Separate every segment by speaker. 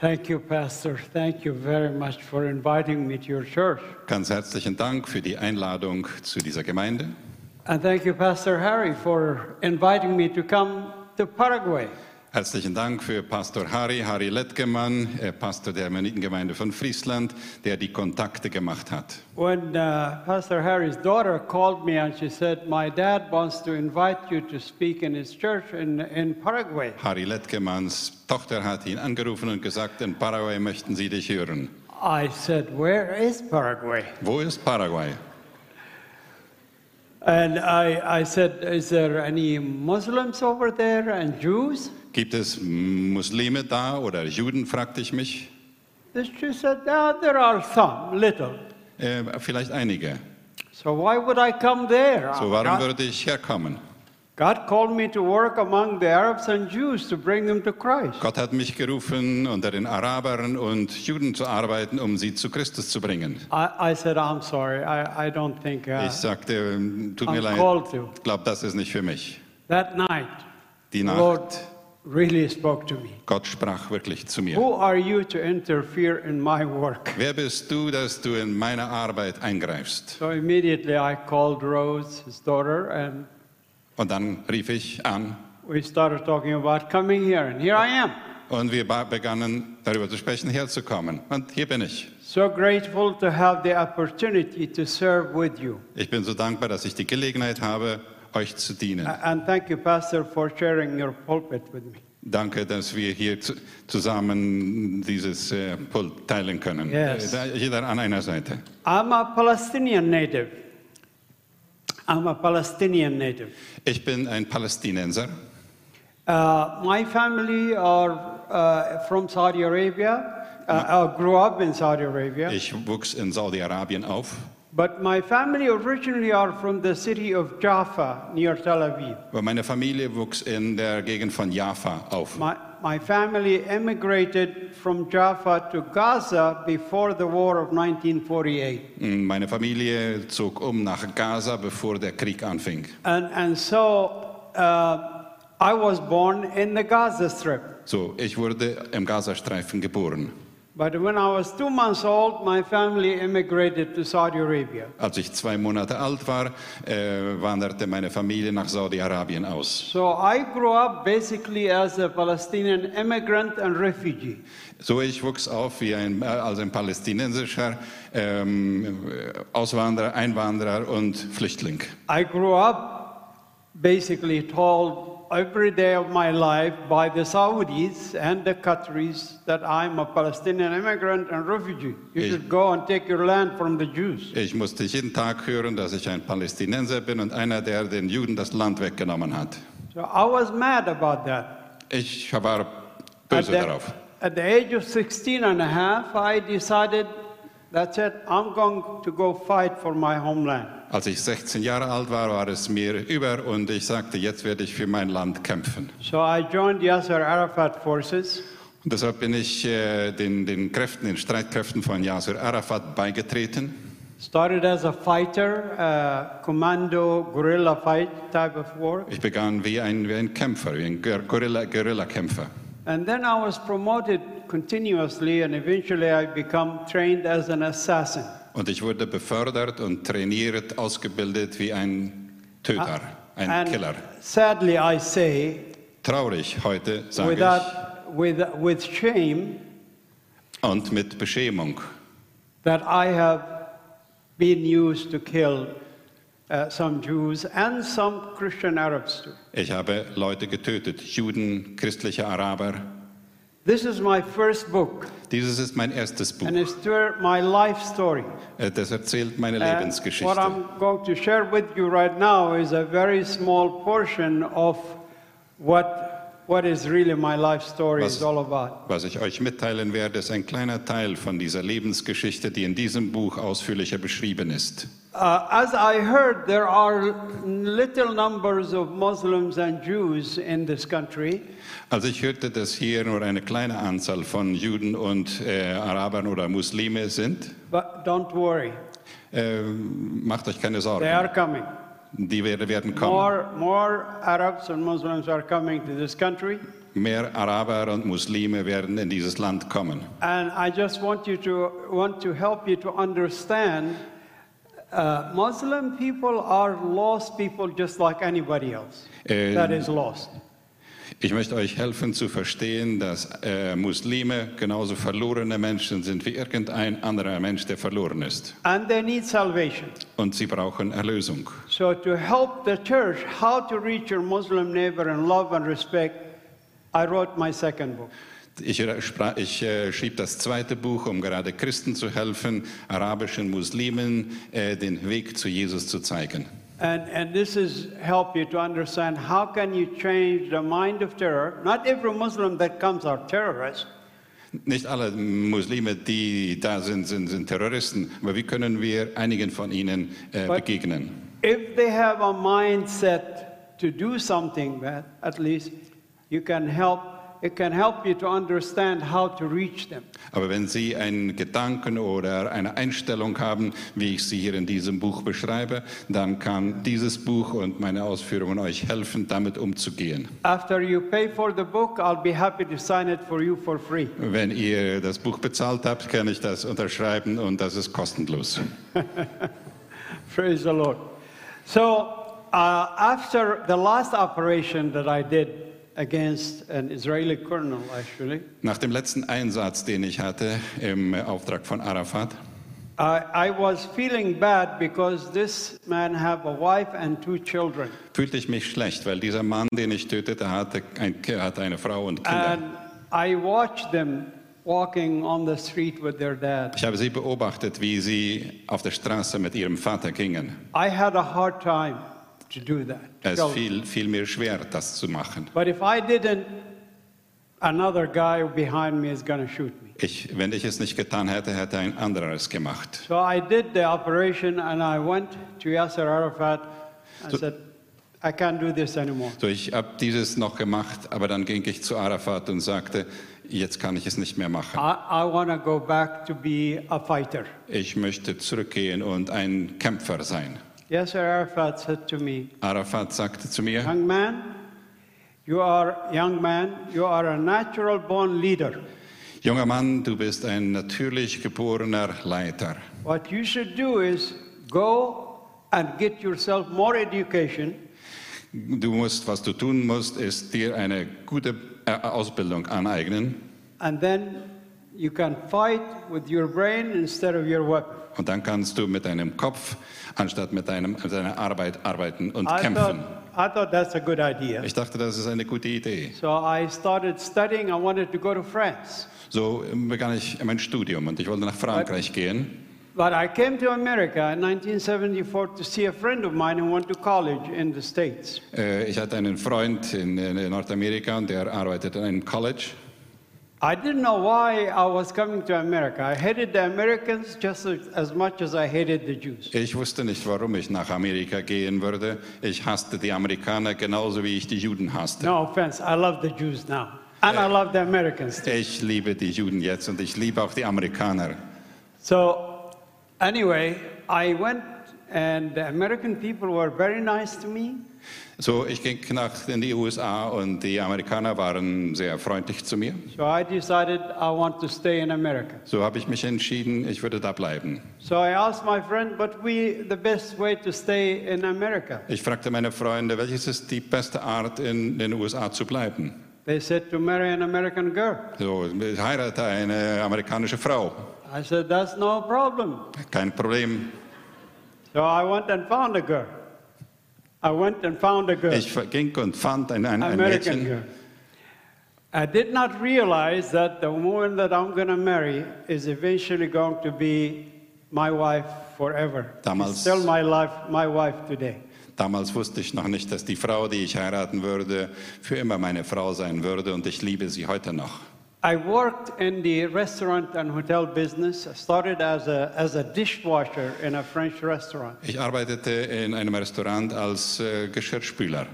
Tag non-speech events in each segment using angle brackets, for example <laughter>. Speaker 1: Thank you, Pastor. Thank you very much for inviting me to your church.
Speaker 2: Ganz herzlichen Dank für die Einladung zu dieser Gemeinde.
Speaker 1: And thank you, Pastor Harry, for inviting me to come to Paraguay.
Speaker 2: Herzlichen Dank für Pastor Harry, Harry Lettgemann, äh, Pastor der Mennonitengemeinde von Friesland, der die Kontakte gemacht hat.
Speaker 1: When uh, Pastor Harry's daughter called me and she said, My dad wants to invite you to speak in his church in, in Paraguay.
Speaker 2: Harry Lettgemanns Tochter hat ihn angerufen und gesagt, in Paraguay möchten sie dich hören.
Speaker 1: I said, Where is Paraguay?
Speaker 2: Wo ist Paraguay?
Speaker 1: And I, I said, Is there any Muslims over there and Jews?
Speaker 2: Gibt es Muslime da oder Juden, fragte ich mich.
Speaker 1: And she said, "Ah, There are some, little.
Speaker 2: Äh, vielleicht einige.
Speaker 1: So why would I come there?
Speaker 2: So, warum
Speaker 1: God,
Speaker 2: würde ich herkommen?
Speaker 1: God called me to work among the Arabs and Jews to bring them to Christ.
Speaker 2: Gott hat mich gerufen, unter den Arabern und Juden zu arbeiten, um sie zu Christus zu bringen.
Speaker 1: I, I said, I'm sorry, I, I don't think. Uh,
Speaker 2: Ich sagte, ähm, tut
Speaker 1: I'm
Speaker 2: mir leid,
Speaker 1: called to.
Speaker 2: ich glaube, das ist nicht für mich.
Speaker 1: that night,
Speaker 2: Die
Speaker 1: the
Speaker 2: Nacht,
Speaker 1: Lord really spoke to me.
Speaker 2: Gott sprach wirklich zu mir.
Speaker 1: Who are you to interfere in my work?
Speaker 2: Wer bist du, dass du in meine Arbeit eingreifst?
Speaker 1: So immediately I called Rose, his daughter, and
Speaker 2: Und dann rief ich an
Speaker 1: we started talking about coming here, and here I am.
Speaker 2: und wir ba- begannen darüber zu sprechen, herzukommen. Und hier bin ich.
Speaker 1: So grateful to have the opportunity to serve with you.
Speaker 2: Ich bin so dankbar, dass ich die Gelegenheit habe, euch zu dienen.
Speaker 1: A- And thank you, Pastor, for sharing your pulpit with me.
Speaker 2: Danke, dass wir hier zu- zusammen dieses äh, Pult teilen können.
Speaker 1: Yes.
Speaker 2: Äh, Jeder an einer Seite.
Speaker 1: I'm a Palestinian native. I'm a Palestinian native.
Speaker 2: Ich bin ein Palästinenser.
Speaker 1: Uh, my family are uh, from Saudi Arabia. Uh, I grew up in Saudi Arabia,
Speaker 2: Ich wuchs in Saudi-Arabien auf.
Speaker 1: but my family originally are from the city of Jaffa near Tel Aviv.
Speaker 2: Aber meine Familie wuchs in der Gegend von Jaffa auf.
Speaker 1: My, my family emigrated from Jaffa to Gaza before the war of 1948.
Speaker 2: Meine Familie zog um nach Gaza, bevor der Krieg anfing.
Speaker 1: And, and so uh, I was born in the Gaza Strip.
Speaker 2: So, ich wurde im Gazastreifen geboren.
Speaker 1: But when I was two months old, my family immigrated to Saudi Arabia.
Speaker 2: Als ich zwei Monate alt war, äh, wanderte meine Familie nach Saudi-Arabien aus.
Speaker 1: So I grew up basically as a Palestinian immigrant and refugee.
Speaker 2: So, ich wuchs auf wie ein, äh, als ein palästinensischer ähm, äh, Auswanderer, Einwanderer und Flüchtling.
Speaker 1: I grew up basically told every day of my life by the Saudis and the Qataris that I'm a Palestinian immigrant and refugee. You
Speaker 2: Is-
Speaker 1: should go and take your land from the Jews.
Speaker 2: Ich musste jeden Tag hören, dass ich ein Palästinenser bin und einer, der den Juden das Land weggenommen hat.
Speaker 1: So I was mad about that.
Speaker 2: Ich war
Speaker 1: At the,
Speaker 2: böse darauf.
Speaker 1: at the age of 16 and a half, I decided that's it, I'm going to go fight for my homeland.
Speaker 2: Als ich 16 Jahre alt war, war es mir über und ich sagte, jetzt werde ich für mein Land kämpfen.
Speaker 1: So I joined Yasser Arafat forces.
Speaker 2: Und deshalb bin ich äh, den, den Kräften, den Streitkräften von Yasser Arafat beigetreten.
Speaker 1: Started as a fighter, uh, commando, guerrilla fight type of war.
Speaker 2: Ich begann wie ein, wie ein Kämpfer, wie ein Guer- Gorilla- Guerilla-Kämpfer.
Speaker 1: And then I was promoted continuously, and eventually I become trained as an assassin.
Speaker 2: und ich wurde befördert und trainiert, ausgebildet wie ein Töter, ein
Speaker 1: and
Speaker 2: Killer.
Speaker 1: sadly, I say,
Speaker 2: Traurig heute, sage
Speaker 1: without, with, with shame,
Speaker 2: ich, und mit Beschämung,
Speaker 1: that I have been used to kill uh, some Jews and some Christian Arabs too.
Speaker 2: ich habe Leute getötet, Juden, christliche Araber.
Speaker 1: This is my first book,
Speaker 2: Dieses ist mein erstes Buch.
Speaker 1: and it's to- my life story.
Speaker 2: Äh, Das erzählt meine
Speaker 1: And what
Speaker 2: Lebensgeschichte.
Speaker 1: I'm going to share with you right now is a very small portion of what, what is really my life story
Speaker 2: Was-
Speaker 1: is all about.
Speaker 2: Was ich euch mitteilen werde, ist ein kleiner Teil von dieser Lebensgeschichte, die in diesem Buch ausführlicher beschrieben ist.
Speaker 1: Uh, as I heard, there are little numbers of Muslims and Jews in this country.
Speaker 2: Als Also ich hörte, dass hier nur eine kleine Anzahl von Juden und äh, Arabern oder Muslime sind,
Speaker 1: But don't worry,
Speaker 2: äh, macht euch keine
Speaker 1: they
Speaker 2: Sorgen.
Speaker 1: are coming.
Speaker 2: Die werden, werden kommen.
Speaker 1: More, more Arabs and Muslims are coming to this country.
Speaker 2: mehr Araber und Muslime werden in dieses Land kommen.
Speaker 1: And I just want you to want to help you to understand uh, Muslim people are lost people just like anybody else
Speaker 2: Eh,
Speaker 1: that is lost.
Speaker 2: Ich möchte euch helfen zu verstehen, dass äh, Muslime genauso verlorene Menschen sind wie irgendein anderer Mensch, der verloren ist.
Speaker 1: And they need salvation.
Speaker 2: Und sie brauchen Erlösung.
Speaker 1: So to help the church how to reach your Muslim neighbor in love and respect, I wrote my second book.
Speaker 2: Ich, spra- ich äh, schrieb das zweite Buch, um gerade Christen zu helfen, arabischen Muslimen äh, den Weg zu Jesus zu zeigen.
Speaker 1: And, and this is help you to understand how can you change the mind of terror. Not every Muslim that comes are terrorists,
Speaker 2: Nicht alle Muslime, die da sind, sind, sind Terroristen, aber wie können wir einigen von ihnen äh,
Speaker 1: Was?
Speaker 2: begegnen?
Speaker 1: If they have a mindset to do something bad, at least you can help. It can help you to understand how to reach them.
Speaker 2: Aber wenn Sie einen Gedanken oder eine Einstellung haben, wie ich sie hier in diesem Buch beschreibe, dann kann dieses Buch und meine Ausführungen euch helfen, damit umzugehen.
Speaker 1: After you pay for the book, I'll be happy to sign it for you for free. <laughs>
Speaker 2: Wenn ihr das Buch bezahlt habt, kann ich das unterschreiben und das ist kostenlos.
Speaker 1: Praise the Lord. So, uh, after the last operation that I did against an Israeli colonel, actually,
Speaker 2: Nach dem letzten Einsatz, den ich hatte im Auftrag von Arafat,
Speaker 1: I, I was feeling bad because this man have a wife and two children.
Speaker 2: fühlte ich mich schlecht, weil dieser Mann, den ich tötete, hatte, ein, hatte eine Frau und Kinder.
Speaker 1: And I watched them walking on the street with their dad.
Speaker 2: Ich habe sie beobachtet, wie sie auf der Straße mit ihrem Vater gingen.
Speaker 1: I had a hard time to do that.
Speaker 2: Es
Speaker 1: So-
Speaker 2: fiel, fiel mir schwer, das zu machen.
Speaker 1: but if I didn't, another guy behind me is going to shoot me.
Speaker 2: Ich, wenn ich es nicht getan hätte, hätte ein anderer es gemacht.
Speaker 1: So I did the operation and I went to Yasser Arafat and
Speaker 2: So-
Speaker 1: said, I can't do this anymore.
Speaker 2: So, ich habe dieses noch gemacht, aber dann ging ich zu Arafat und sagte, jetzt kann ich es nicht mehr machen.
Speaker 1: I, I want to go back to be a fighter.
Speaker 2: Ich möchte zurückgehen und ein Kämpfer sein.
Speaker 1: Yasser Arafat said to me,
Speaker 2: Arafat sagte zu mir,
Speaker 1: Young man, you are young man, you are a natural born leader.
Speaker 2: junger Mann, du bist ein natürlich geborener Leiter.
Speaker 1: What you should do is go and get yourself more education
Speaker 2: Du musst, was du tun musst, ist dir eine gute äh, Ausbildung aneignen
Speaker 1: and then you can fight with your brain instead of your weapon.
Speaker 2: und dann kannst du mit deinem Kopf anstatt mit deinem, deiner Arbeit arbeiten und
Speaker 1: I
Speaker 2: kämpfen.
Speaker 1: thought, I thought that's a good idea.
Speaker 2: Ich dachte, das ist eine gute Idee.
Speaker 1: So I started studying. I wanted to go to France.
Speaker 2: So begann ich mein Studium und ich wollte nach Frankreich gehen.
Speaker 1: But I came to America in 1974 to see a friend of mine who went to college in the States.
Speaker 2: Äh, Ich hatte einen Freund in in Nordamerika und der arbeitet in einem College.
Speaker 1: I didn't know why I was coming to America. I hated the Americans just as, as much as I hated the Jews.
Speaker 2: Ich wusste nicht, warum ich nach Amerika gehen würde. Ich hasste die Amerikaner genauso wie ich die Juden hasste.
Speaker 1: No offense, I love the Jews now. And I love the Americans too.
Speaker 2: Ich liebe die Juden jetzt und ich liebe auch die Amerikaner.
Speaker 1: So, anyway, I went and the American people were very nice to me.
Speaker 2: So, ich ging nach in die USA und die Amerikaner waren sehr freundlich zu mir.
Speaker 1: So I decided I want to stay in America.
Speaker 2: So habe ich mich entschieden, ich würde da bleiben.
Speaker 1: So I asked my friend, but we, the best way to stay in America?
Speaker 2: Ich fragte meine Freunde, welches ist die beste Art, in den USA zu bleiben?
Speaker 1: They said to marry an American girl.
Speaker 2: So, ich heirate eine amerikanische Frau.
Speaker 1: I said, that's no problem.
Speaker 2: Kein Problem.
Speaker 1: So I went and found a girl. I went and found a girl,
Speaker 2: Ich ging und fand ein, ein, ein
Speaker 1: American
Speaker 2: Mädchen.
Speaker 1: girl. I did not realize that the woman that I'm going to marry is eventually going to be my wife forever.
Speaker 2: Damals-
Speaker 1: She's still my life, my wife today.
Speaker 2: Damals wusste ich noch nicht, dass die Frau, die ich heiraten würde, für immer meine Frau sein würde und ich liebe sie heute noch.
Speaker 1: I worked in the restaurant and hotel business. I started as a, as a dishwasher in a French restaurant.
Speaker 2: Ich arbeitete in einem Restaurant als äh, Geschirrspüler.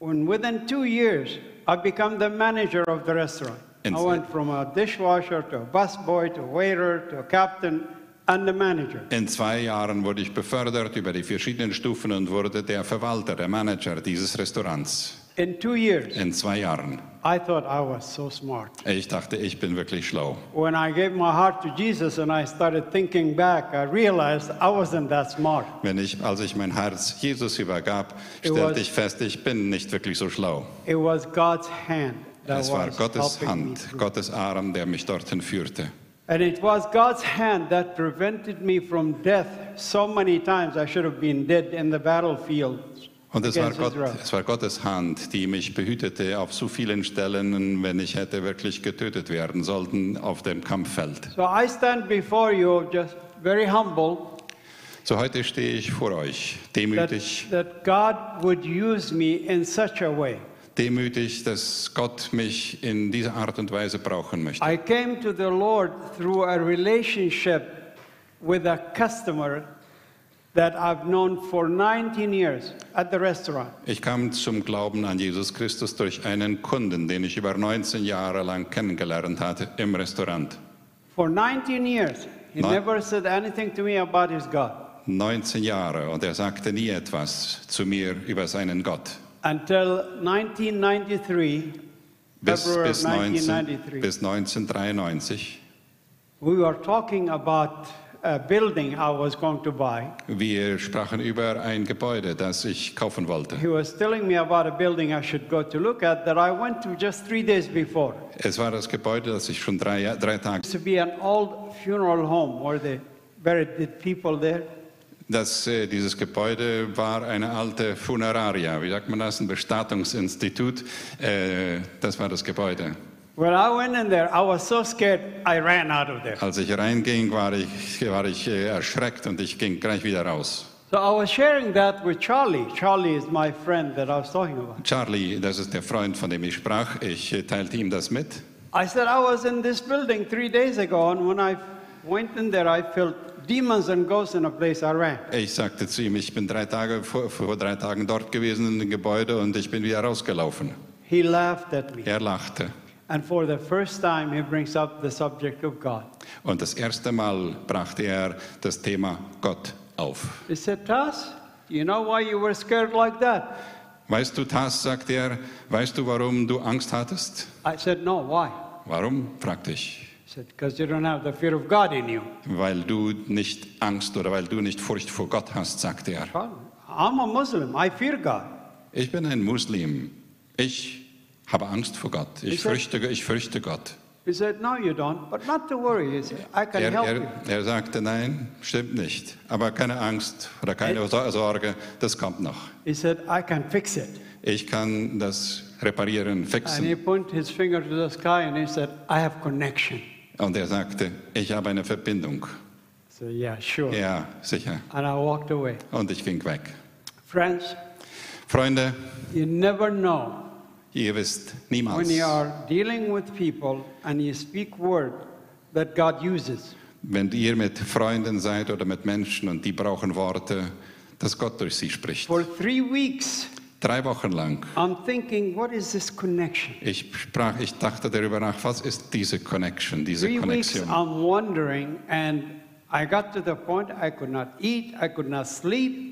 Speaker 1: And within two years, I became the manager of the restaurant. I
Speaker 2: Inside.
Speaker 1: went from a dishwasher to a busboy to a waiter to a captain and the manager.
Speaker 2: In zwei Jahren wurde ich befördert über die verschiedenen Stufen und wurde der Verwalter, der Manager dieses Restaurants.
Speaker 1: In two years,
Speaker 2: in zwei Jahren.
Speaker 1: I thought I was so smart.
Speaker 2: Ich dachte, ich bin wirklich schlau.
Speaker 1: When I gave my heart to Jesus and I started thinking back, I realized I wasn't that smart.
Speaker 2: Wenn ich, als ich mein Herz Jesus übergab,
Speaker 1: It
Speaker 2: stellte
Speaker 1: was-
Speaker 2: ich fest, ich bin nicht wirklich so schlau.
Speaker 1: It was God's hand that
Speaker 2: Es war
Speaker 1: was
Speaker 2: Gottes
Speaker 1: helping me
Speaker 2: Hand,
Speaker 1: through.
Speaker 2: Gottes Arm, der mich dorthin führte.
Speaker 1: And it was God's hand that prevented me from death so many times. I should have been dead in the battlefield
Speaker 2: Und es war,
Speaker 1: against
Speaker 2: Gott,
Speaker 1: Israel.
Speaker 2: es war Gottes Hand, die mich behütete auf so vielen Stellen, wenn ich hätte wirklich getötet werden sollten auf dem Kampffeld.
Speaker 1: So I stand before you just very humble
Speaker 2: So heute stehe ich vor euch,
Speaker 1: that,
Speaker 2: demütig,
Speaker 1: that God would use me in such a way.
Speaker 2: demütig, dass Gott mich in dieser Art und Weise brauchen möchte.
Speaker 1: I came to the Lord through a relationship with a customer that I've known for 19 years at the restaurant.
Speaker 2: Ich kam zum Glauben an Jesus Christus durch einen Kunden, den ich über 19 Jahre lang kennengelernt hatte im Restaurant.
Speaker 1: For 19 years, he
Speaker 2: Ni-
Speaker 1: never said anything to me about his God
Speaker 2: 19 Jahre und er sagte nie etwas zu mir über seinen Gott.
Speaker 1: until 1993,
Speaker 2: Bis,
Speaker 1: February
Speaker 2: bis,
Speaker 1: of
Speaker 2: 19,
Speaker 1: 1993.
Speaker 2: bis 1993.
Speaker 1: we were talking about a building I was going to buy.
Speaker 2: Wir sprachen über ein Gebäude, das ich kaufen wollte.
Speaker 1: He was telling me about a building I should go to look at that I went to just three days before. It
Speaker 2: Es war das Gebäude, das ich schon drei, Ja- drei Tage.
Speaker 1: used to be an old funeral home where they buried the people there.
Speaker 2: Das, äh, dieses Gebäude war eine alte Funeraria, wie sagt man das, ein Bestattungsinstitut. Äh, das war das Gebäude.
Speaker 1: When I went in there, I was so scared, I ran out of there.
Speaker 2: Als ich reinging, war ich, war ich äh, erschreckt und ich ging gleich wieder raus.
Speaker 1: So I was sharing that with Charlie. Charlie is my friend that I was talking about.
Speaker 2: Charlie, das ist der Freund, von dem ich sprach, ich äh, teilte ihm das mit.
Speaker 1: I said, I was in this building three days ago, and when I went in there, I felt demons and ghosts in a place I ran.
Speaker 2: Ich sagte zu ihm, ich bin drei Tage, vor, vor drei Tagen dort gewesen in dem Gebäude und ich bin wieder rausgelaufen.
Speaker 1: He laughed at me.
Speaker 2: Er lachte.
Speaker 1: And for the first time, he brings up the subject of God.
Speaker 2: Und das erste Mal brachte er das Thema Gott auf.
Speaker 1: He said, Taz, you know why you were scared like that?
Speaker 2: Weißt du, Tass, sagte er, weißt du, warum du Angst hattest?
Speaker 1: I said, No, why?
Speaker 2: Warum? fragte ich.
Speaker 1: He said, Because you don't have the fear of God in you.
Speaker 2: Weil du nicht Angst oder weil du nicht Furcht vor Gott hast, sagte er.
Speaker 1: Charlie, I'm a Muslim. I fear God.
Speaker 2: Ich bin ein Muslim. Ich habe Angst vor Gott. Ich
Speaker 1: Ist er-
Speaker 2: fürchte, ich fürchte Gott.
Speaker 1: He said, No, you don't. But not to worry. He said, I can
Speaker 2: Er,
Speaker 1: help you.
Speaker 2: er, er sagte, nein, stimmt nicht. Aber keine Angst oder keine Sor- Sorge, das kommt noch.
Speaker 1: He said, I can fix it.
Speaker 2: Ich kann das reparieren,
Speaker 1: And
Speaker 2: fixen.
Speaker 1: he pointed his finger to the sky and he said, I have connection.
Speaker 2: Und er sagte, ich habe eine Verbindung.
Speaker 1: I said, Yeah, sure.
Speaker 2: Ja, sicher.
Speaker 1: And I walked away.
Speaker 2: Und ich ging weg.
Speaker 1: Friends,
Speaker 2: Freunde,
Speaker 1: you never know
Speaker 2: ihr wisst
Speaker 1: when
Speaker 2: niemals,
Speaker 1: you are dealing with people and you speak word that God uses.
Speaker 2: wenn ihr mit Freunden seid oder mit Menschen und die brauchen Worte, dass Gott durch sie spricht.
Speaker 1: For three weeks,
Speaker 2: Drei Wochen lang.
Speaker 1: I'm thinking, what is this connection?
Speaker 2: Ich sprach, ich dachte darüber nach, was ist diese Connection, diese
Speaker 1: Three weeks,
Speaker 2: Konnexion.
Speaker 1: I'm wondering, and I got to the point I could not eat, I could not sleep.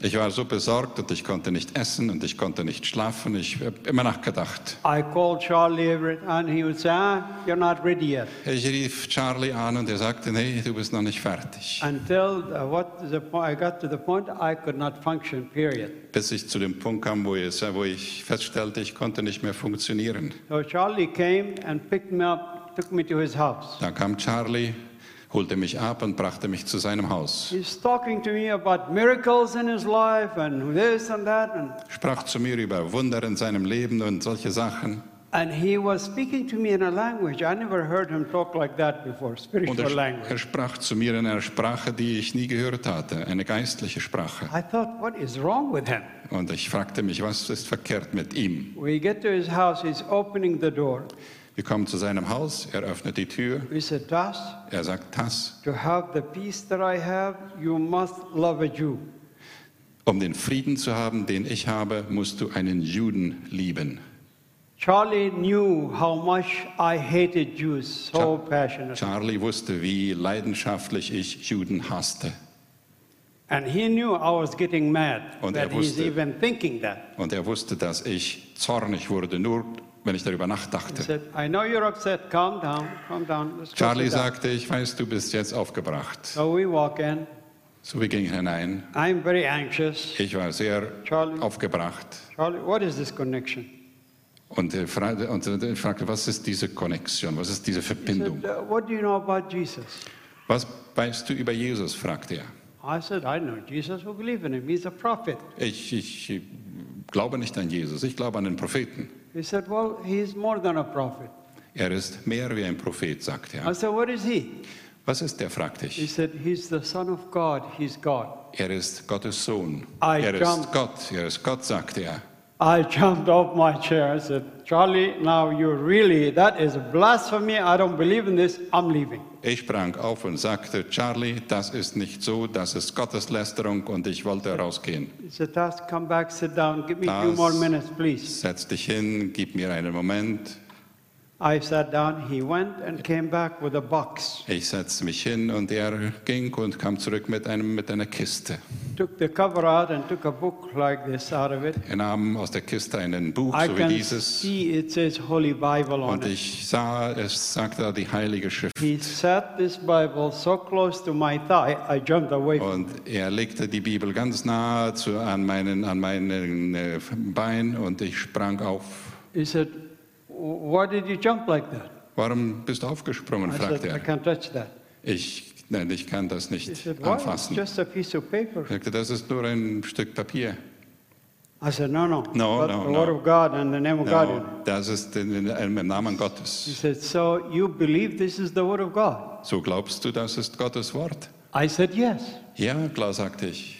Speaker 2: Ich war so besorgt und ich konnte nicht essen und ich konnte nicht schlafen. Ich habe immer nachgedacht.
Speaker 1: I called Charlie Everett, and he would say, ah, you're not ready yet.
Speaker 2: Ich rief Charlie an und er sagte, nee, du bist noch nicht fertig.
Speaker 1: Until uh, what the point, I got to the point I could not function, period.
Speaker 2: Bis ich zu dem Punkt kam, wo ich, wo ich feststellte, ich konnte nicht mehr funktionieren.
Speaker 1: So Charlie came and picked me up, took me to his house.
Speaker 2: Dann kam Charlie, holte mich ab und brachte mich zu seinem Haus.
Speaker 1: He's talking to me about miracles in his life and this and that. And,
Speaker 2: Sprach zu mir über Wunder in seinem Leben und solche Sachen.
Speaker 1: and he was speaking to me in a language. I never heard him talk like that before,
Speaker 2: Und
Speaker 1: spiritual
Speaker 2: er,
Speaker 1: language.
Speaker 2: er sprach zu mir in einer Sprache, die ich nie gehört hatte, eine geistliche Sprache.
Speaker 1: I thought, what is wrong with him?
Speaker 2: Und ich fragte mich, was ist verkehrt mit ihm?
Speaker 1: We get to his house, he's opening the door.
Speaker 2: Wir kommen zu seinem Haus, er öffnet die Tür,
Speaker 1: We said, Das,
Speaker 2: er sagt, Tass,
Speaker 1: to have the peace that I have, you must love a Jew.
Speaker 2: um den Frieden zu haben, den ich habe, musst du einen Juden lieben.
Speaker 1: Charlie knew how much I hated Jews so
Speaker 2: Char-
Speaker 1: passionately.
Speaker 2: Charlie wusste, wie leidenschaftlich ich Juden hasste.
Speaker 1: And he knew I was getting mad
Speaker 2: Und er
Speaker 1: that he's
Speaker 2: wusste-
Speaker 1: even thinking that.
Speaker 2: Und er wusste, dass ich zornig wurde, nur wenn ich darüber
Speaker 1: He
Speaker 2: nachdachte.
Speaker 1: said, I know you're upset. Calm down, calm down. Let's talk
Speaker 2: Charlie
Speaker 1: it out."
Speaker 2: sagte, ich weiß, du bist jetzt aufgebracht.
Speaker 1: So we walk in.
Speaker 2: So, wir gingen hinein.
Speaker 1: I'm very anxious.
Speaker 2: Ich war sehr
Speaker 1: Charlie.
Speaker 2: aufgebracht
Speaker 1: Charlie, what is this connection?
Speaker 2: und, er fragte, und er fragte, was ist diese Konnexion, was ist diese
Speaker 1: He said,
Speaker 2: Verbindung?
Speaker 1: "Uh, What do you know about Jesus?
Speaker 2: Was weißt du über Jesus, fragte er.
Speaker 1: I said, I know Jesus. We believe in him. He's a prophet.
Speaker 2: Ich, ich glaube nicht an Jesus, ich glaube an den Propheten.
Speaker 1: He said, Well, he's more than a prophet.
Speaker 2: Er ist mehr wie ein Prophet, sagte
Speaker 1: I
Speaker 2: er.
Speaker 1: said, What is he?
Speaker 2: Was ist er, fragte
Speaker 1: He
Speaker 2: ich.
Speaker 1: said, He's the Son of God. He's God.
Speaker 2: Er ist Gottes Sohn.
Speaker 1: I
Speaker 2: Er ist
Speaker 1: jump.
Speaker 2: Gott, er ist Gott, sagte er.
Speaker 1: I <laughs> jumped off my chair. I said, Charlie, now you really, that is blasphemy. I don't believe in this. I'm leaving.
Speaker 2: Ich sprang auf und sagte, Charlie, das ist nicht so, das ist Gotteslästerung und ich wollte rausgehen.
Speaker 1: He said, Taz, come back, sit down. Give me a few
Speaker 2: Taz.
Speaker 1: more minutes, please.
Speaker 2: Setz dich hin, gib mir einen Moment.
Speaker 1: I sat down. He went and came back with a box.
Speaker 2: Ich setzte mich hin und er ging und kam zurück mit, einem, mit einer Kiste.
Speaker 1: Took the cover out and took a book like this out of it.
Speaker 2: Er nahm aus der Kiste einen Buch,
Speaker 1: I
Speaker 2: so wie
Speaker 1: can
Speaker 2: dieses.
Speaker 1: see it says Holy Bible on
Speaker 2: Und
Speaker 1: it.
Speaker 2: ich sah, es sagte die Heilige Schrift.
Speaker 1: He sat this Bible so close to my thigh, I jumped away. from
Speaker 2: Und er legte die Bibel ganz nah zu, an meinen, an meinen äh, Bein und ich sprang auf.
Speaker 1: He said, "Why did you jump like that?"
Speaker 2: Warum bist du aufgesprungen?
Speaker 1: I
Speaker 2: fragte
Speaker 1: said, "I
Speaker 2: er.
Speaker 1: can't touch that."
Speaker 2: Ich, nein, ich kann das
Speaker 1: He
Speaker 2: nicht
Speaker 1: said, "Why? It's
Speaker 2: anfassen.
Speaker 1: just a piece of paper."
Speaker 2: Er sagte, das ist nur ein Stück Papier.
Speaker 1: I said, "No, no.
Speaker 2: No,
Speaker 1: but
Speaker 2: no,
Speaker 1: the
Speaker 2: no.
Speaker 1: word of God and the name of God." in Oh, it."
Speaker 2: No, das ist in, in, im Namen
Speaker 1: He
Speaker 2: Gottes.
Speaker 1: said, "So you believe this is the word of God?"
Speaker 2: So glaubst du, das ist Gottes Wort?
Speaker 1: I said, "Yes."
Speaker 2: Ja, klar, sagte ich.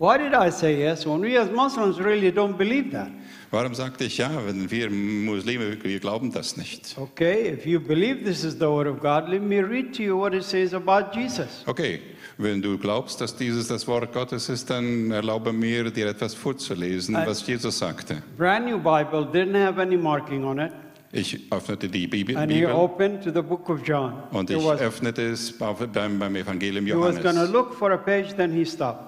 Speaker 1: Why did I say yes when we as Muslims really don't believe that?
Speaker 2: Warum sagte ich ja, wenn wir Muslime, wir glauben das nicht?
Speaker 1: Okay, if you believe this is the word of God, let me read to you what it says about Jesus.
Speaker 2: Okay, wenn du glaubst, dass dieses das Wort Gottes ist, dann erlaube mir, dir etwas vorzulesen,
Speaker 1: Ein-
Speaker 2: was Jesus sagte.
Speaker 1: Brand new Bible, didn't have any marking on it,
Speaker 2: Ich öffnete die Bibel,
Speaker 1: and he
Speaker 2: Bibel
Speaker 1: opened to the book of John.
Speaker 2: und
Speaker 1: It
Speaker 2: ich
Speaker 1: was-
Speaker 2: öffnete es auf- beim, beim Evangelium
Speaker 1: He was going to
Speaker 2: Johannes.
Speaker 1: look for a page, then he stopped.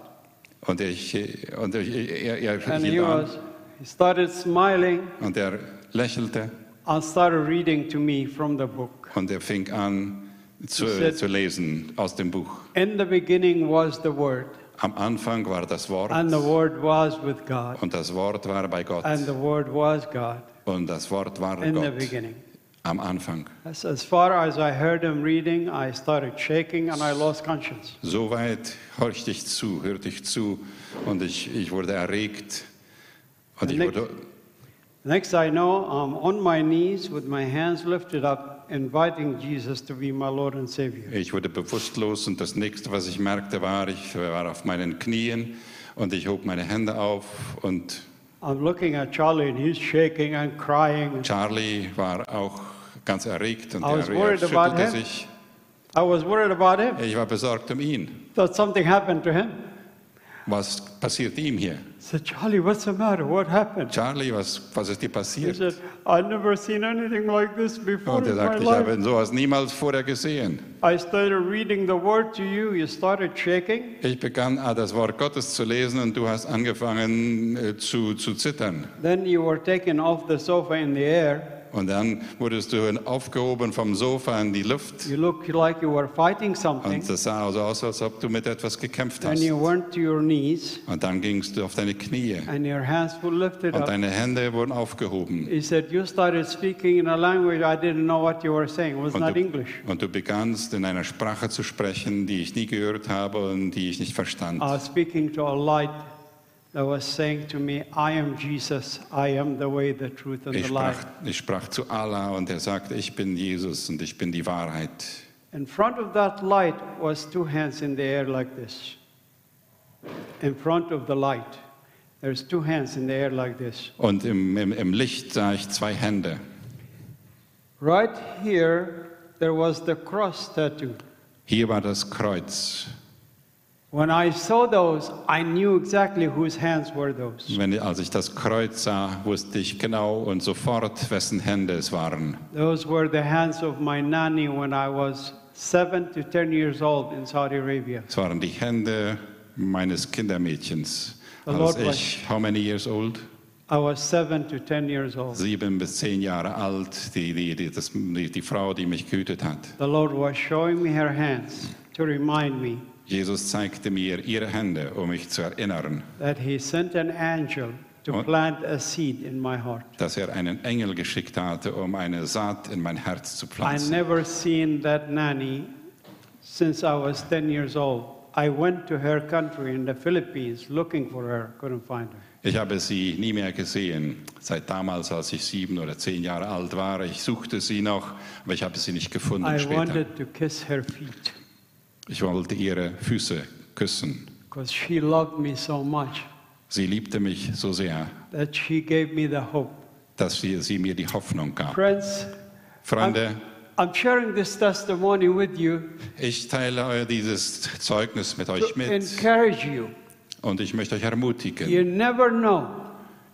Speaker 2: Und, ich, äh, und ich, er, er
Speaker 1: And he
Speaker 2: hielt an
Speaker 1: was, he started smiling
Speaker 2: und er lächelte
Speaker 1: and started reading to me from the book.
Speaker 2: und er fing an zu,
Speaker 1: He said-
Speaker 2: zu lesen aus dem Buch.
Speaker 1: In the beginning was the Word,
Speaker 2: Am Anfang war das Wort
Speaker 1: and the Word was with God,
Speaker 2: und das Wort war bei Gott
Speaker 1: and the Word was God
Speaker 2: und das Wort war
Speaker 1: in the
Speaker 2: Gott
Speaker 1: beginning.
Speaker 2: am Anfang.
Speaker 1: As, as far as I heard him reading, I started shaking and I lost conscience.
Speaker 2: Soweit horchte ich zu, hörte ich zu und ich, ich wurde erregt. Und ich
Speaker 1: Nick-
Speaker 2: wurde,
Speaker 1: Next I know, I'm on my knees with my hands lifted up, inviting Jesus to be my Lord and Savior.
Speaker 2: ich wurde bewusstlos und das nächste, was ich merkte, war, ich war auf meinen Knien und ich hob meine Hände auf und
Speaker 1: I'm looking at Charlie and he's shaking and crying.
Speaker 2: Charlie war auch ganz erregt und
Speaker 1: I was
Speaker 2: er, er
Speaker 1: worried about
Speaker 2: schüttelte
Speaker 1: him.
Speaker 2: sich.
Speaker 1: I was worried about him.
Speaker 2: Ich war besorgt um ihn.
Speaker 1: thought something happened to him.
Speaker 2: Was passiert ihm hier?
Speaker 1: I said, Charlie, what's the matter? What happened?
Speaker 2: Charlie, was, was ist dir
Speaker 1: He
Speaker 2: passiert?
Speaker 1: said, I've never seen anything like this before
Speaker 2: Und er
Speaker 1: in my
Speaker 2: sagte, ich
Speaker 1: life.
Speaker 2: habe sowas niemals vorher gesehen.
Speaker 1: I started reading the word to you. You started shaking.
Speaker 2: Ich begann ah, das Wort Gottes zu lesen und du hast angefangen äh, zu, zu zittern.
Speaker 1: Then you were taken off the sofa in the air.
Speaker 2: Und dann wurdest du aufgehoben vom Sofa in die Luft.
Speaker 1: You looked like you were fighting something.
Speaker 2: Und das sah also aus, als ob du mit etwas gekämpft
Speaker 1: And
Speaker 2: hast.
Speaker 1: you went to your knees
Speaker 2: Und dann gingst du auf deine Knie.
Speaker 1: and your hands were lifted
Speaker 2: Und
Speaker 1: up.
Speaker 2: deine Hände wurden aufgehoben.
Speaker 1: He said, You started speaking in a language I didn't know what you were saying. It was
Speaker 2: Und
Speaker 1: not
Speaker 2: du,
Speaker 1: English.
Speaker 2: und du begannst in einer Sprache zu sprechen, die ich nie gehört habe und die ich nicht verstand.
Speaker 1: I was speaking to a light that was saying to me, I am Jesus. I am the way, the truth, and
Speaker 2: Ich
Speaker 1: the life.
Speaker 2: sprach, ich sprach zu Allah und er sagte, ich bin Jesus und ich bin die Wahrheit.
Speaker 1: In front of that light was two hands in the air like this. In front of the light, there's two hands in the air like this.
Speaker 2: Und im, im, im Licht sah ich zwei Hände.
Speaker 1: Right here, there was the cross tattoo.
Speaker 2: Hier war das Kreuz.
Speaker 1: When I saw those, I knew exactly whose hands were those.
Speaker 2: Wenn, als ich das Kreuz sah, wusste ich genau und sofort, wessen Hände es waren.
Speaker 1: Those were the hands of my nanny when I was seven to ten years old in Saudi Arabia.
Speaker 2: Es waren die Hände meines Kindermädchens.
Speaker 1: The
Speaker 2: Als
Speaker 1: Lord bless
Speaker 2: ich, how many years old?
Speaker 1: I was seven to 10 years old.
Speaker 2: Sieben bis zehn Jahre alt, die, die, die, das, die, die Frau, die mich gehütet hat.
Speaker 1: The Lord was showing me her hands to remind me
Speaker 2: Jesus zeigte mir ihre Hände, um mich zu erinnern,
Speaker 1: that He sent an angel to
Speaker 2: What?
Speaker 1: plant a seed in my heart.
Speaker 2: dass er einen Engel geschickt hatte, um eine Saat in mein Herz zu
Speaker 1: I
Speaker 2: pflanzen.
Speaker 1: never seen that nanny since I was 10 years old. I went to her country in the Philippines looking for her, couldn't find her.
Speaker 2: Ich habe sie nie mehr gesehen. Seit damals, als ich sieben oder zehn Jahre alt war, ich suchte sie noch, aber ich habe sie nicht gefunden
Speaker 1: I
Speaker 2: später.
Speaker 1: wanted to kiss her feet
Speaker 2: ich wollte ihre Füße küssen.
Speaker 1: because she loved me so much
Speaker 2: Sie liebte mich so sehr,
Speaker 1: that she gave me the hope.
Speaker 2: dass sie, sie mir die Hoffnung gab.
Speaker 1: Friends,
Speaker 2: Freunde,
Speaker 1: I'm sharing this testimony with you
Speaker 2: ich teile euer dieses Zeugnis mit euch
Speaker 1: to
Speaker 2: mit
Speaker 1: encourage you.
Speaker 2: und ich möchte euch ermutigen.
Speaker 1: You never know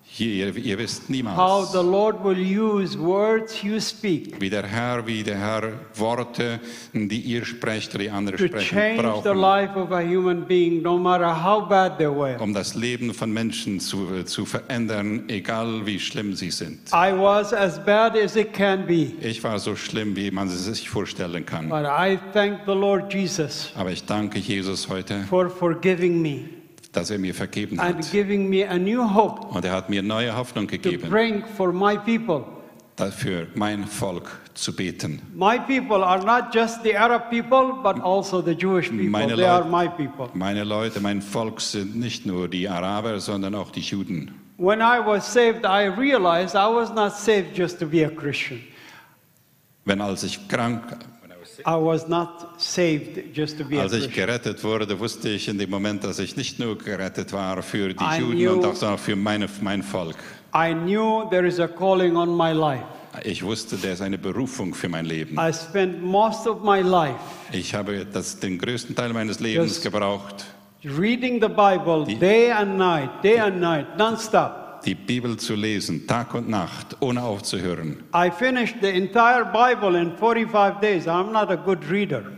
Speaker 2: Hier, ihr, ihr wisst
Speaker 1: how
Speaker 2: niemals,
Speaker 1: the Lord will use words you speak
Speaker 2: wie der Herr, wie der Herr Worte, die ihr sprecht oder die andere
Speaker 1: to
Speaker 2: sprechen,
Speaker 1: change the
Speaker 2: brauchen,
Speaker 1: life of a human being, no matter how bad they were.
Speaker 2: um das Leben von Menschen zu, äh, zu verändern, egal wie schlimm sie sind.
Speaker 1: I was as bad as it can be,
Speaker 2: Ich war so schlimm, wie man es sich vorstellen kann.
Speaker 1: but I thank the Lord Jesus
Speaker 2: Aber ich danke Jesus heute,
Speaker 1: for forgiving me
Speaker 2: dass er mir vergeben
Speaker 1: and
Speaker 2: hat.
Speaker 1: giving me a new hope
Speaker 2: Und er hat mir neue Hoffnung
Speaker 1: to
Speaker 2: gegeben,
Speaker 1: bring for my people.
Speaker 2: dafür mein Volk zu beten.
Speaker 1: My people are not just the Arab people, but also the Jewish people.
Speaker 2: Meine
Speaker 1: They are
Speaker 2: Leute-
Speaker 1: my people.
Speaker 2: Meine Leute, mein Volk sind nicht nur die Araber, sondern auch die Juden.
Speaker 1: When I was saved, I realized I was not saved just to be a Christian.
Speaker 2: Wenn als ich krank,
Speaker 1: I was not saved just to be a
Speaker 2: als ich
Speaker 1: Christian.
Speaker 2: gerettet wurde, wusste ich in dem Moment, dass ich nicht nur gerettet war für die
Speaker 1: I
Speaker 2: Juden
Speaker 1: knew-
Speaker 2: und auch sondern für meine, mein Volk.
Speaker 1: I knew there is a calling on my life.
Speaker 2: Ich wusste, der ist eine Berufung für mein Leben.
Speaker 1: I spent most of my life
Speaker 2: Ich habe das, den größten Teil meines Lebens
Speaker 1: Das-
Speaker 2: gebraucht,
Speaker 1: reading the Bible day and night, day and night, nonstop.
Speaker 2: die Bibel zu lesen, Tag und Nacht, ohne aufzuhören.
Speaker 1: I finished the entire Bible in 45 days. I'm not a good reader.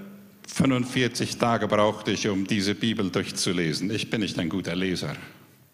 Speaker 2: 45 Tage brauchte ich, um diese Bibel durchzulesen. Ich bin nicht ein guter Leser.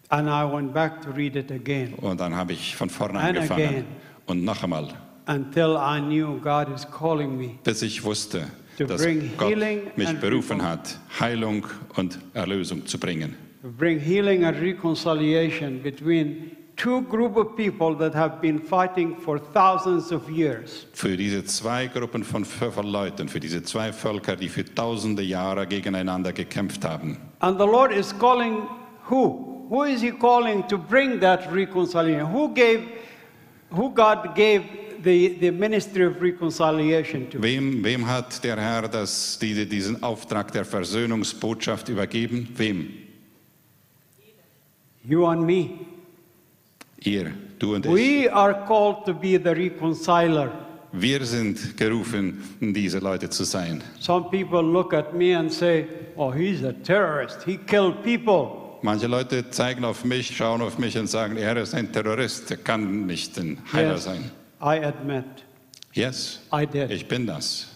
Speaker 1: And I went back to read it again
Speaker 2: Und dann habe ich von vorne
Speaker 1: And
Speaker 2: angefangen.
Speaker 1: again.
Speaker 2: Und noch einmal,
Speaker 1: until I knew God is calling me.
Speaker 2: bis ich wusste,
Speaker 1: To
Speaker 2: dass
Speaker 1: bring
Speaker 2: Gott
Speaker 1: healing
Speaker 2: mich
Speaker 1: and
Speaker 2: berufen hat, Heilung und Erlösung zu bringen.
Speaker 1: to bring healing and reconciliation between two group of people that have been fighting for thousands of years.
Speaker 2: Für diese zwei Gruppen von, von Leuten, für diese zwei Völker, die für tausende Jahre gegeneinander gekämpft haben.
Speaker 1: And the Lord is calling who? Who is he calling to bring that reconciliation? Who gave who God gave the, the ministry of reconciliation to?
Speaker 2: Wem, wem hat der Herr das, diese, diesen Auftrag der Versöhnungsbotschaft übergeben? Wem?
Speaker 1: You and me.
Speaker 2: Ihr, du und ich.
Speaker 1: We are called to be the reconciler.
Speaker 2: Wir sind gerufen, um diese Leute zu sein.
Speaker 1: Some people look at me and say, Oh, he's a terrorist. He killed people.
Speaker 2: Manche Leute zeigen auf mich, schauen auf mich und sagen, er ist ein Terrorist, er kann nicht ein Heiler sein.
Speaker 1: I admit,
Speaker 2: Yes,
Speaker 1: I did.
Speaker 2: ich bin das.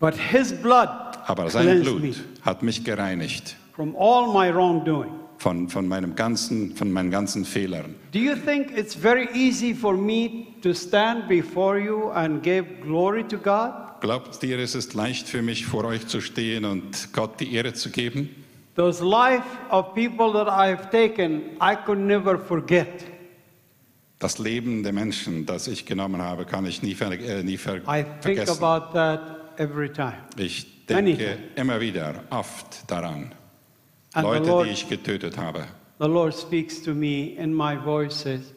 Speaker 1: But his blood
Speaker 2: Aber sein
Speaker 1: Cleanse
Speaker 2: Blut
Speaker 1: me.
Speaker 2: hat mich gereinigt
Speaker 1: from all my wrongdoing.
Speaker 2: von, von, meinem ganzen, von meinen ganzen Fehlern.
Speaker 1: Do you think it's very easy for me to stand before you and give glory to God?
Speaker 2: Glaubt ihr, es ist leicht für mich, vor euch zu stehen und Gott die Ehre zu geben?
Speaker 1: Those life of people that I have taken, I could never forget.
Speaker 2: Das Leben der Menschen, das ich genommen habe, kann ich nie, ver äh, nie ver
Speaker 1: I think
Speaker 2: vergessen.
Speaker 1: about that every time.
Speaker 2: Ich
Speaker 1: Many
Speaker 2: denke immer wieder oft daran.
Speaker 1: And the
Speaker 2: Leute,
Speaker 1: Lord-
Speaker 2: die ich getötet habe.
Speaker 1: The Lord speaks to me in my voice says,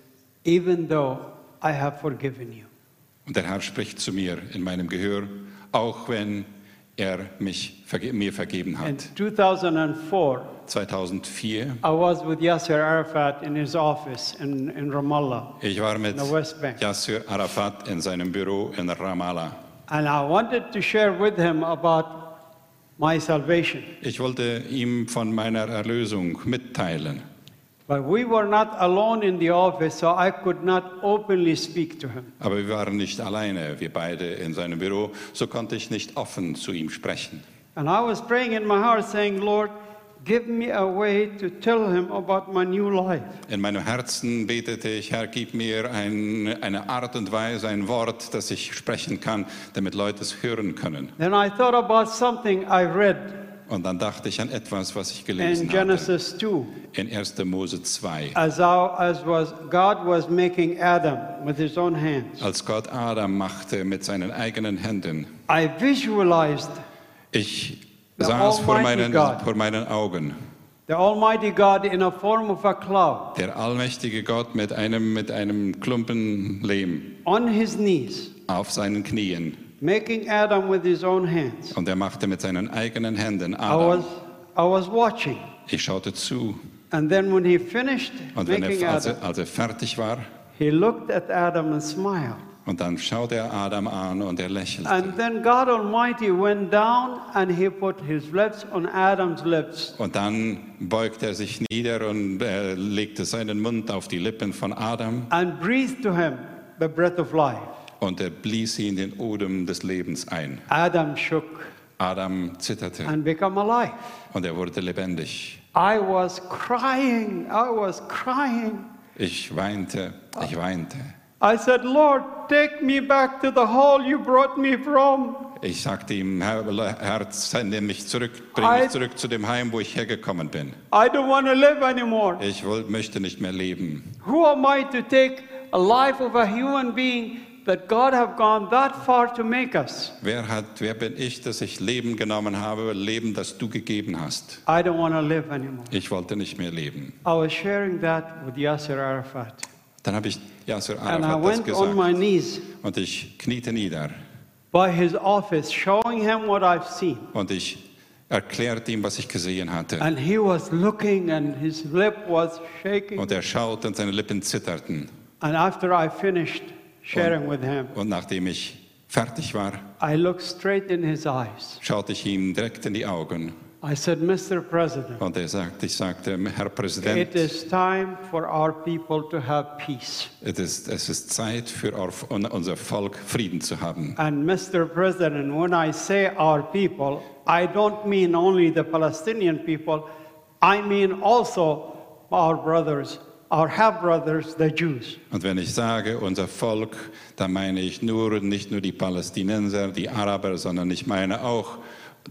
Speaker 1: even though I have forgiven you.
Speaker 2: Und der Herr spricht zu mir in meinem Gehör, auch wenn er mich verge mir vergeben
Speaker 1: In
Speaker 2: hat.
Speaker 1: 2004,
Speaker 2: 2004,
Speaker 1: I was with Yasser Arafat in his office in, in Ramallah,
Speaker 2: ich war mit
Speaker 1: in the West Bank.
Speaker 2: Yasser Arafat in seinem Büro in Ramallah.
Speaker 1: And I wanted to share with him about my salvation.
Speaker 2: Ich wollte ihm von meiner Erlösung mitteilen.
Speaker 1: But we were not alone in the office, so I could not openly speak to him.
Speaker 2: Aber wir waren nicht alleine, wir beide in seinem Büro, so konnte ich nicht offen zu ihm sprechen.
Speaker 1: And I was praying in my heart, saying, Lord, Give me a way to tell him about my new life.
Speaker 2: In meinem Herzen betete ich, Herr, gib mir ein, eine Art und Weise, ein Wort, das ich sprechen kann, damit Leute es hören können.
Speaker 1: Then I thought about something I read
Speaker 2: Und dann dachte ich an etwas, was ich
Speaker 1: in
Speaker 2: gelesen habe.
Speaker 1: Genesis 2
Speaker 2: In 1. Mose 2.
Speaker 1: as, how, as was God was making Adam with his own hands.
Speaker 2: Als Gott Adam machte mit seinen eigenen Händen.
Speaker 1: I visualized
Speaker 2: Ich
Speaker 1: The
Speaker 2: sah es vor
Speaker 1: Almighty
Speaker 2: meinen,
Speaker 1: God.
Speaker 2: vor meinen Augen.
Speaker 1: the Almighty God in a form of a cloud
Speaker 2: Der allmächtige Gott mit einem, mit einem Klumpen Lehm
Speaker 1: on his knees,
Speaker 2: auf seinen Knien.
Speaker 1: making Adam with his own hands.
Speaker 2: Und er machte mit seinen eigenen Händen
Speaker 1: I was,
Speaker 2: Adam.
Speaker 1: I was watching.
Speaker 2: Ich schaute zu.
Speaker 1: And then when he finished
Speaker 2: Und wenn
Speaker 1: making
Speaker 2: er, als,
Speaker 1: Adam,
Speaker 2: er, als er fertig war,
Speaker 1: he looked at Adam and smiled.
Speaker 2: und dann schaute er Adam an und er lächelte.
Speaker 1: And then God Almighty went down and he put his lips on Adam's lips.
Speaker 2: und dann beugte er sich nieder und äh, legte seinen Mund auf die Lippen von Adam
Speaker 1: and breathed to him the breath of life.
Speaker 2: und er blies ihn den Odem des Lebens ein.
Speaker 1: Adam shook
Speaker 2: Adam zitterte
Speaker 1: and became alive.
Speaker 2: und er wurde lebendig.
Speaker 1: I was crying, I was crying.
Speaker 2: Ich weinte, ich weinte.
Speaker 1: I said, Lord, take me back to the hall you brought me from.
Speaker 2: Ich sagte ihm, Herr, Herr sende mich zurück, bring
Speaker 1: I-
Speaker 2: mich zurück zu dem Heim, wo ich hergekommen bin.
Speaker 1: I don't want to live anymore.
Speaker 2: Ich woll, möchte nicht mehr leben.
Speaker 1: Who am I to take a life of a human being that God have gone that far to make us?
Speaker 2: Wer, hat, wer bin ich, dass ich Leben genommen habe, Leben, das du gegeben hast?
Speaker 1: I don't want to live anymore.
Speaker 2: Ich wollte nicht mehr leben.
Speaker 1: I was sharing that with Yasser Arafat.
Speaker 2: Dann habe ich Yasser
Speaker 1: And I
Speaker 2: Arafat das
Speaker 1: went on
Speaker 2: gesagt
Speaker 1: my knees
Speaker 2: und ich kniete nieder
Speaker 1: by his office, showing him what I've seen.
Speaker 2: und ich erklärte ihm, was ich gesehen hatte.
Speaker 1: And he was looking and his lip was shaking.
Speaker 2: Und er schaute und seine Lippen zitterten.
Speaker 1: And after I finished sharing with him,
Speaker 2: Und nachdem ich fertig war,
Speaker 1: I looked straight in his eyes.
Speaker 2: schaute ich ihm direkt in die Augen
Speaker 1: I said, Mr. President,
Speaker 2: Und er sagte, ich sagte, Herr
Speaker 1: it
Speaker 2: Präsident,
Speaker 1: is time for our people to have peace.
Speaker 2: es ist, es ist Zeit für our, un- unser Volk Frieden zu haben.
Speaker 1: And Mr. President, when I say our people, I don't mean only the Palestinian people, I mean also our brothers, our half brothers, the Jews.
Speaker 2: Und wenn ich sage unser Volk, dann meine ich nur nicht nur die Palästinenser, die Araber, sondern ich meine auch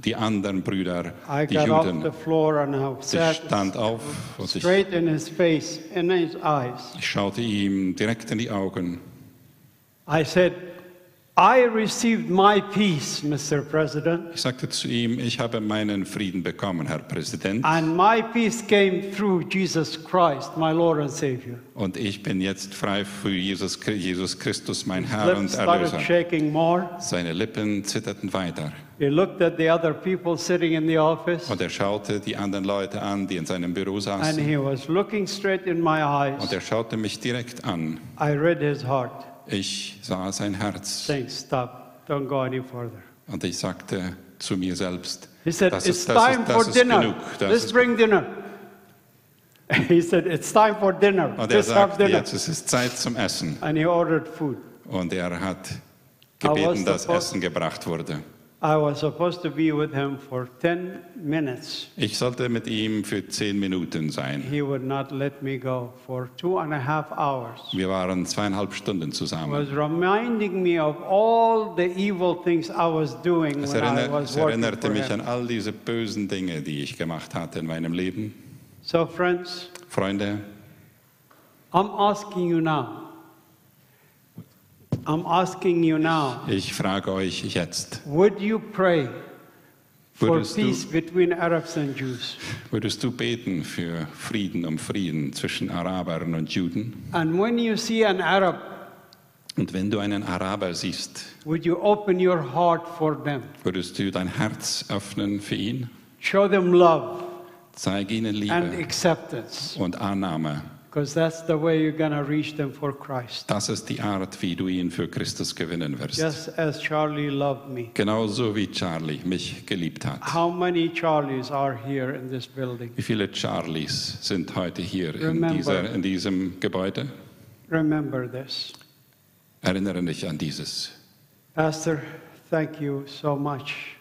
Speaker 2: die anderen Brüder,
Speaker 1: I
Speaker 2: die
Speaker 1: got off
Speaker 2: Juden.
Speaker 1: the floor and I
Speaker 2: Ich
Speaker 1: sat
Speaker 2: stand auf und ich,
Speaker 1: straight in his face, in his eyes.
Speaker 2: ich schaute ihm direkt in die Augen
Speaker 1: I said, I received my peace, Mr. President,
Speaker 2: Ich sagte zu ihm, ich habe meinen Frieden bekommen, Herr Präsident.
Speaker 1: and my peace came through Jesus Christ, my Lord and Savior.
Speaker 2: Und ich bin jetzt frei für Jesus, Chri- Jesus Christus, mein Herr
Speaker 1: Lips
Speaker 2: und
Speaker 1: started
Speaker 2: Erlöser.
Speaker 1: shaking more.
Speaker 2: Seine Lippen zitterten weiter.
Speaker 1: He looked at the other people sitting in the office,
Speaker 2: Und er schaute die anderen Leute an, die in seinem Büro
Speaker 1: and
Speaker 2: saßen.
Speaker 1: he was looking straight in my
Speaker 2: Und
Speaker 1: eyes.
Speaker 2: er schaute mich direkt an.
Speaker 1: I read his heart,
Speaker 2: Ich sah sein Herz.
Speaker 1: saying, Stop, don't go any further.
Speaker 2: Und ich sagte zu mir selbst,
Speaker 1: He said,
Speaker 2: das
Speaker 1: It's
Speaker 2: ist,
Speaker 1: time
Speaker 2: das ist,
Speaker 1: for
Speaker 2: das ist
Speaker 1: dinner.
Speaker 2: genug. Das
Speaker 1: Let's
Speaker 2: ist
Speaker 1: bring dinner. <laughs> He said, It's time for dinner.
Speaker 2: und er
Speaker 1: Let's have
Speaker 2: sagte,
Speaker 1: dinner.
Speaker 2: jetzt ist es Zeit zum Essen.
Speaker 1: And he ordered food.
Speaker 2: Und er hat
Speaker 1: was
Speaker 2: gebeten, dass
Speaker 1: supposed-
Speaker 2: Essen gebracht wurde.
Speaker 1: I was supposed to be with him for 10 minutes.
Speaker 2: Ich sollte mit ihm für zehn Minuten sein.
Speaker 1: He would not let me go for two and a half hours.
Speaker 2: Wir waren zweieinhalb Stunden
Speaker 1: He
Speaker 2: zusammen.
Speaker 1: was reminding me of all the evil things I was doing
Speaker 2: Es,
Speaker 1: when I
Speaker 2: erinner,
Speaker 1: was
Speaker 2: es
Speaker 1: working
Speaker 2: erinnerte
Speaker 1: for
Speaker 2: mich
Speaker 1: him.
Speaker 2: an all diese bösen Dinge, die ich gemacht hatte in meinem Leben.
Speaker 1: So, friends,
Speaker 2: Freunde,
Speaker 1: I'm asking you now. I'm asking you now.
Speaker 2: ich frage euch jetzt,
Speaker 1: Would you pray for
Speaker 2: würdest du,
Speaker 1: peace between Arabs and Jews?
Speaker 2: würdest du beten für Frieden um Frieden zwischen Arabern und Juden?
Speaker 1: And when you see an Arab,
Speaker 2: Und wenn du einen Araber siehst,
Speaker 1: would you open your heart for them?
Speaker 2: würdest du dein Herz öffnen für ihn?
Speaker 1: Show them love
Speaker 2: Zeige ihnen
Speaker 1: and
Speaker 2: Liebe
Speaker 1: acceptance.
Speaker 2: und Annahme.
Speaker 1: Because that's the way you're going to reach them for Christ.
Speaker 2: Das ist die Art, wie du ihn für Christus gewinnen wirst.
Speaker 1: Just as Charlie loved me.
Speaker 2: Genauso wie Charlie mich geliebt hat.
Speaker 1: How many Charlies are here in this building?
Speaker 2: Wie viele Charlies sind heute hier in,
Speaker 1: Remember.
Speaker 2: dieser, in diesem Gebäude?
Speaker 1: Remember this.
Speaker 2: Erinnere dich an dieses.
Speaker 1: Pastor, thank you so much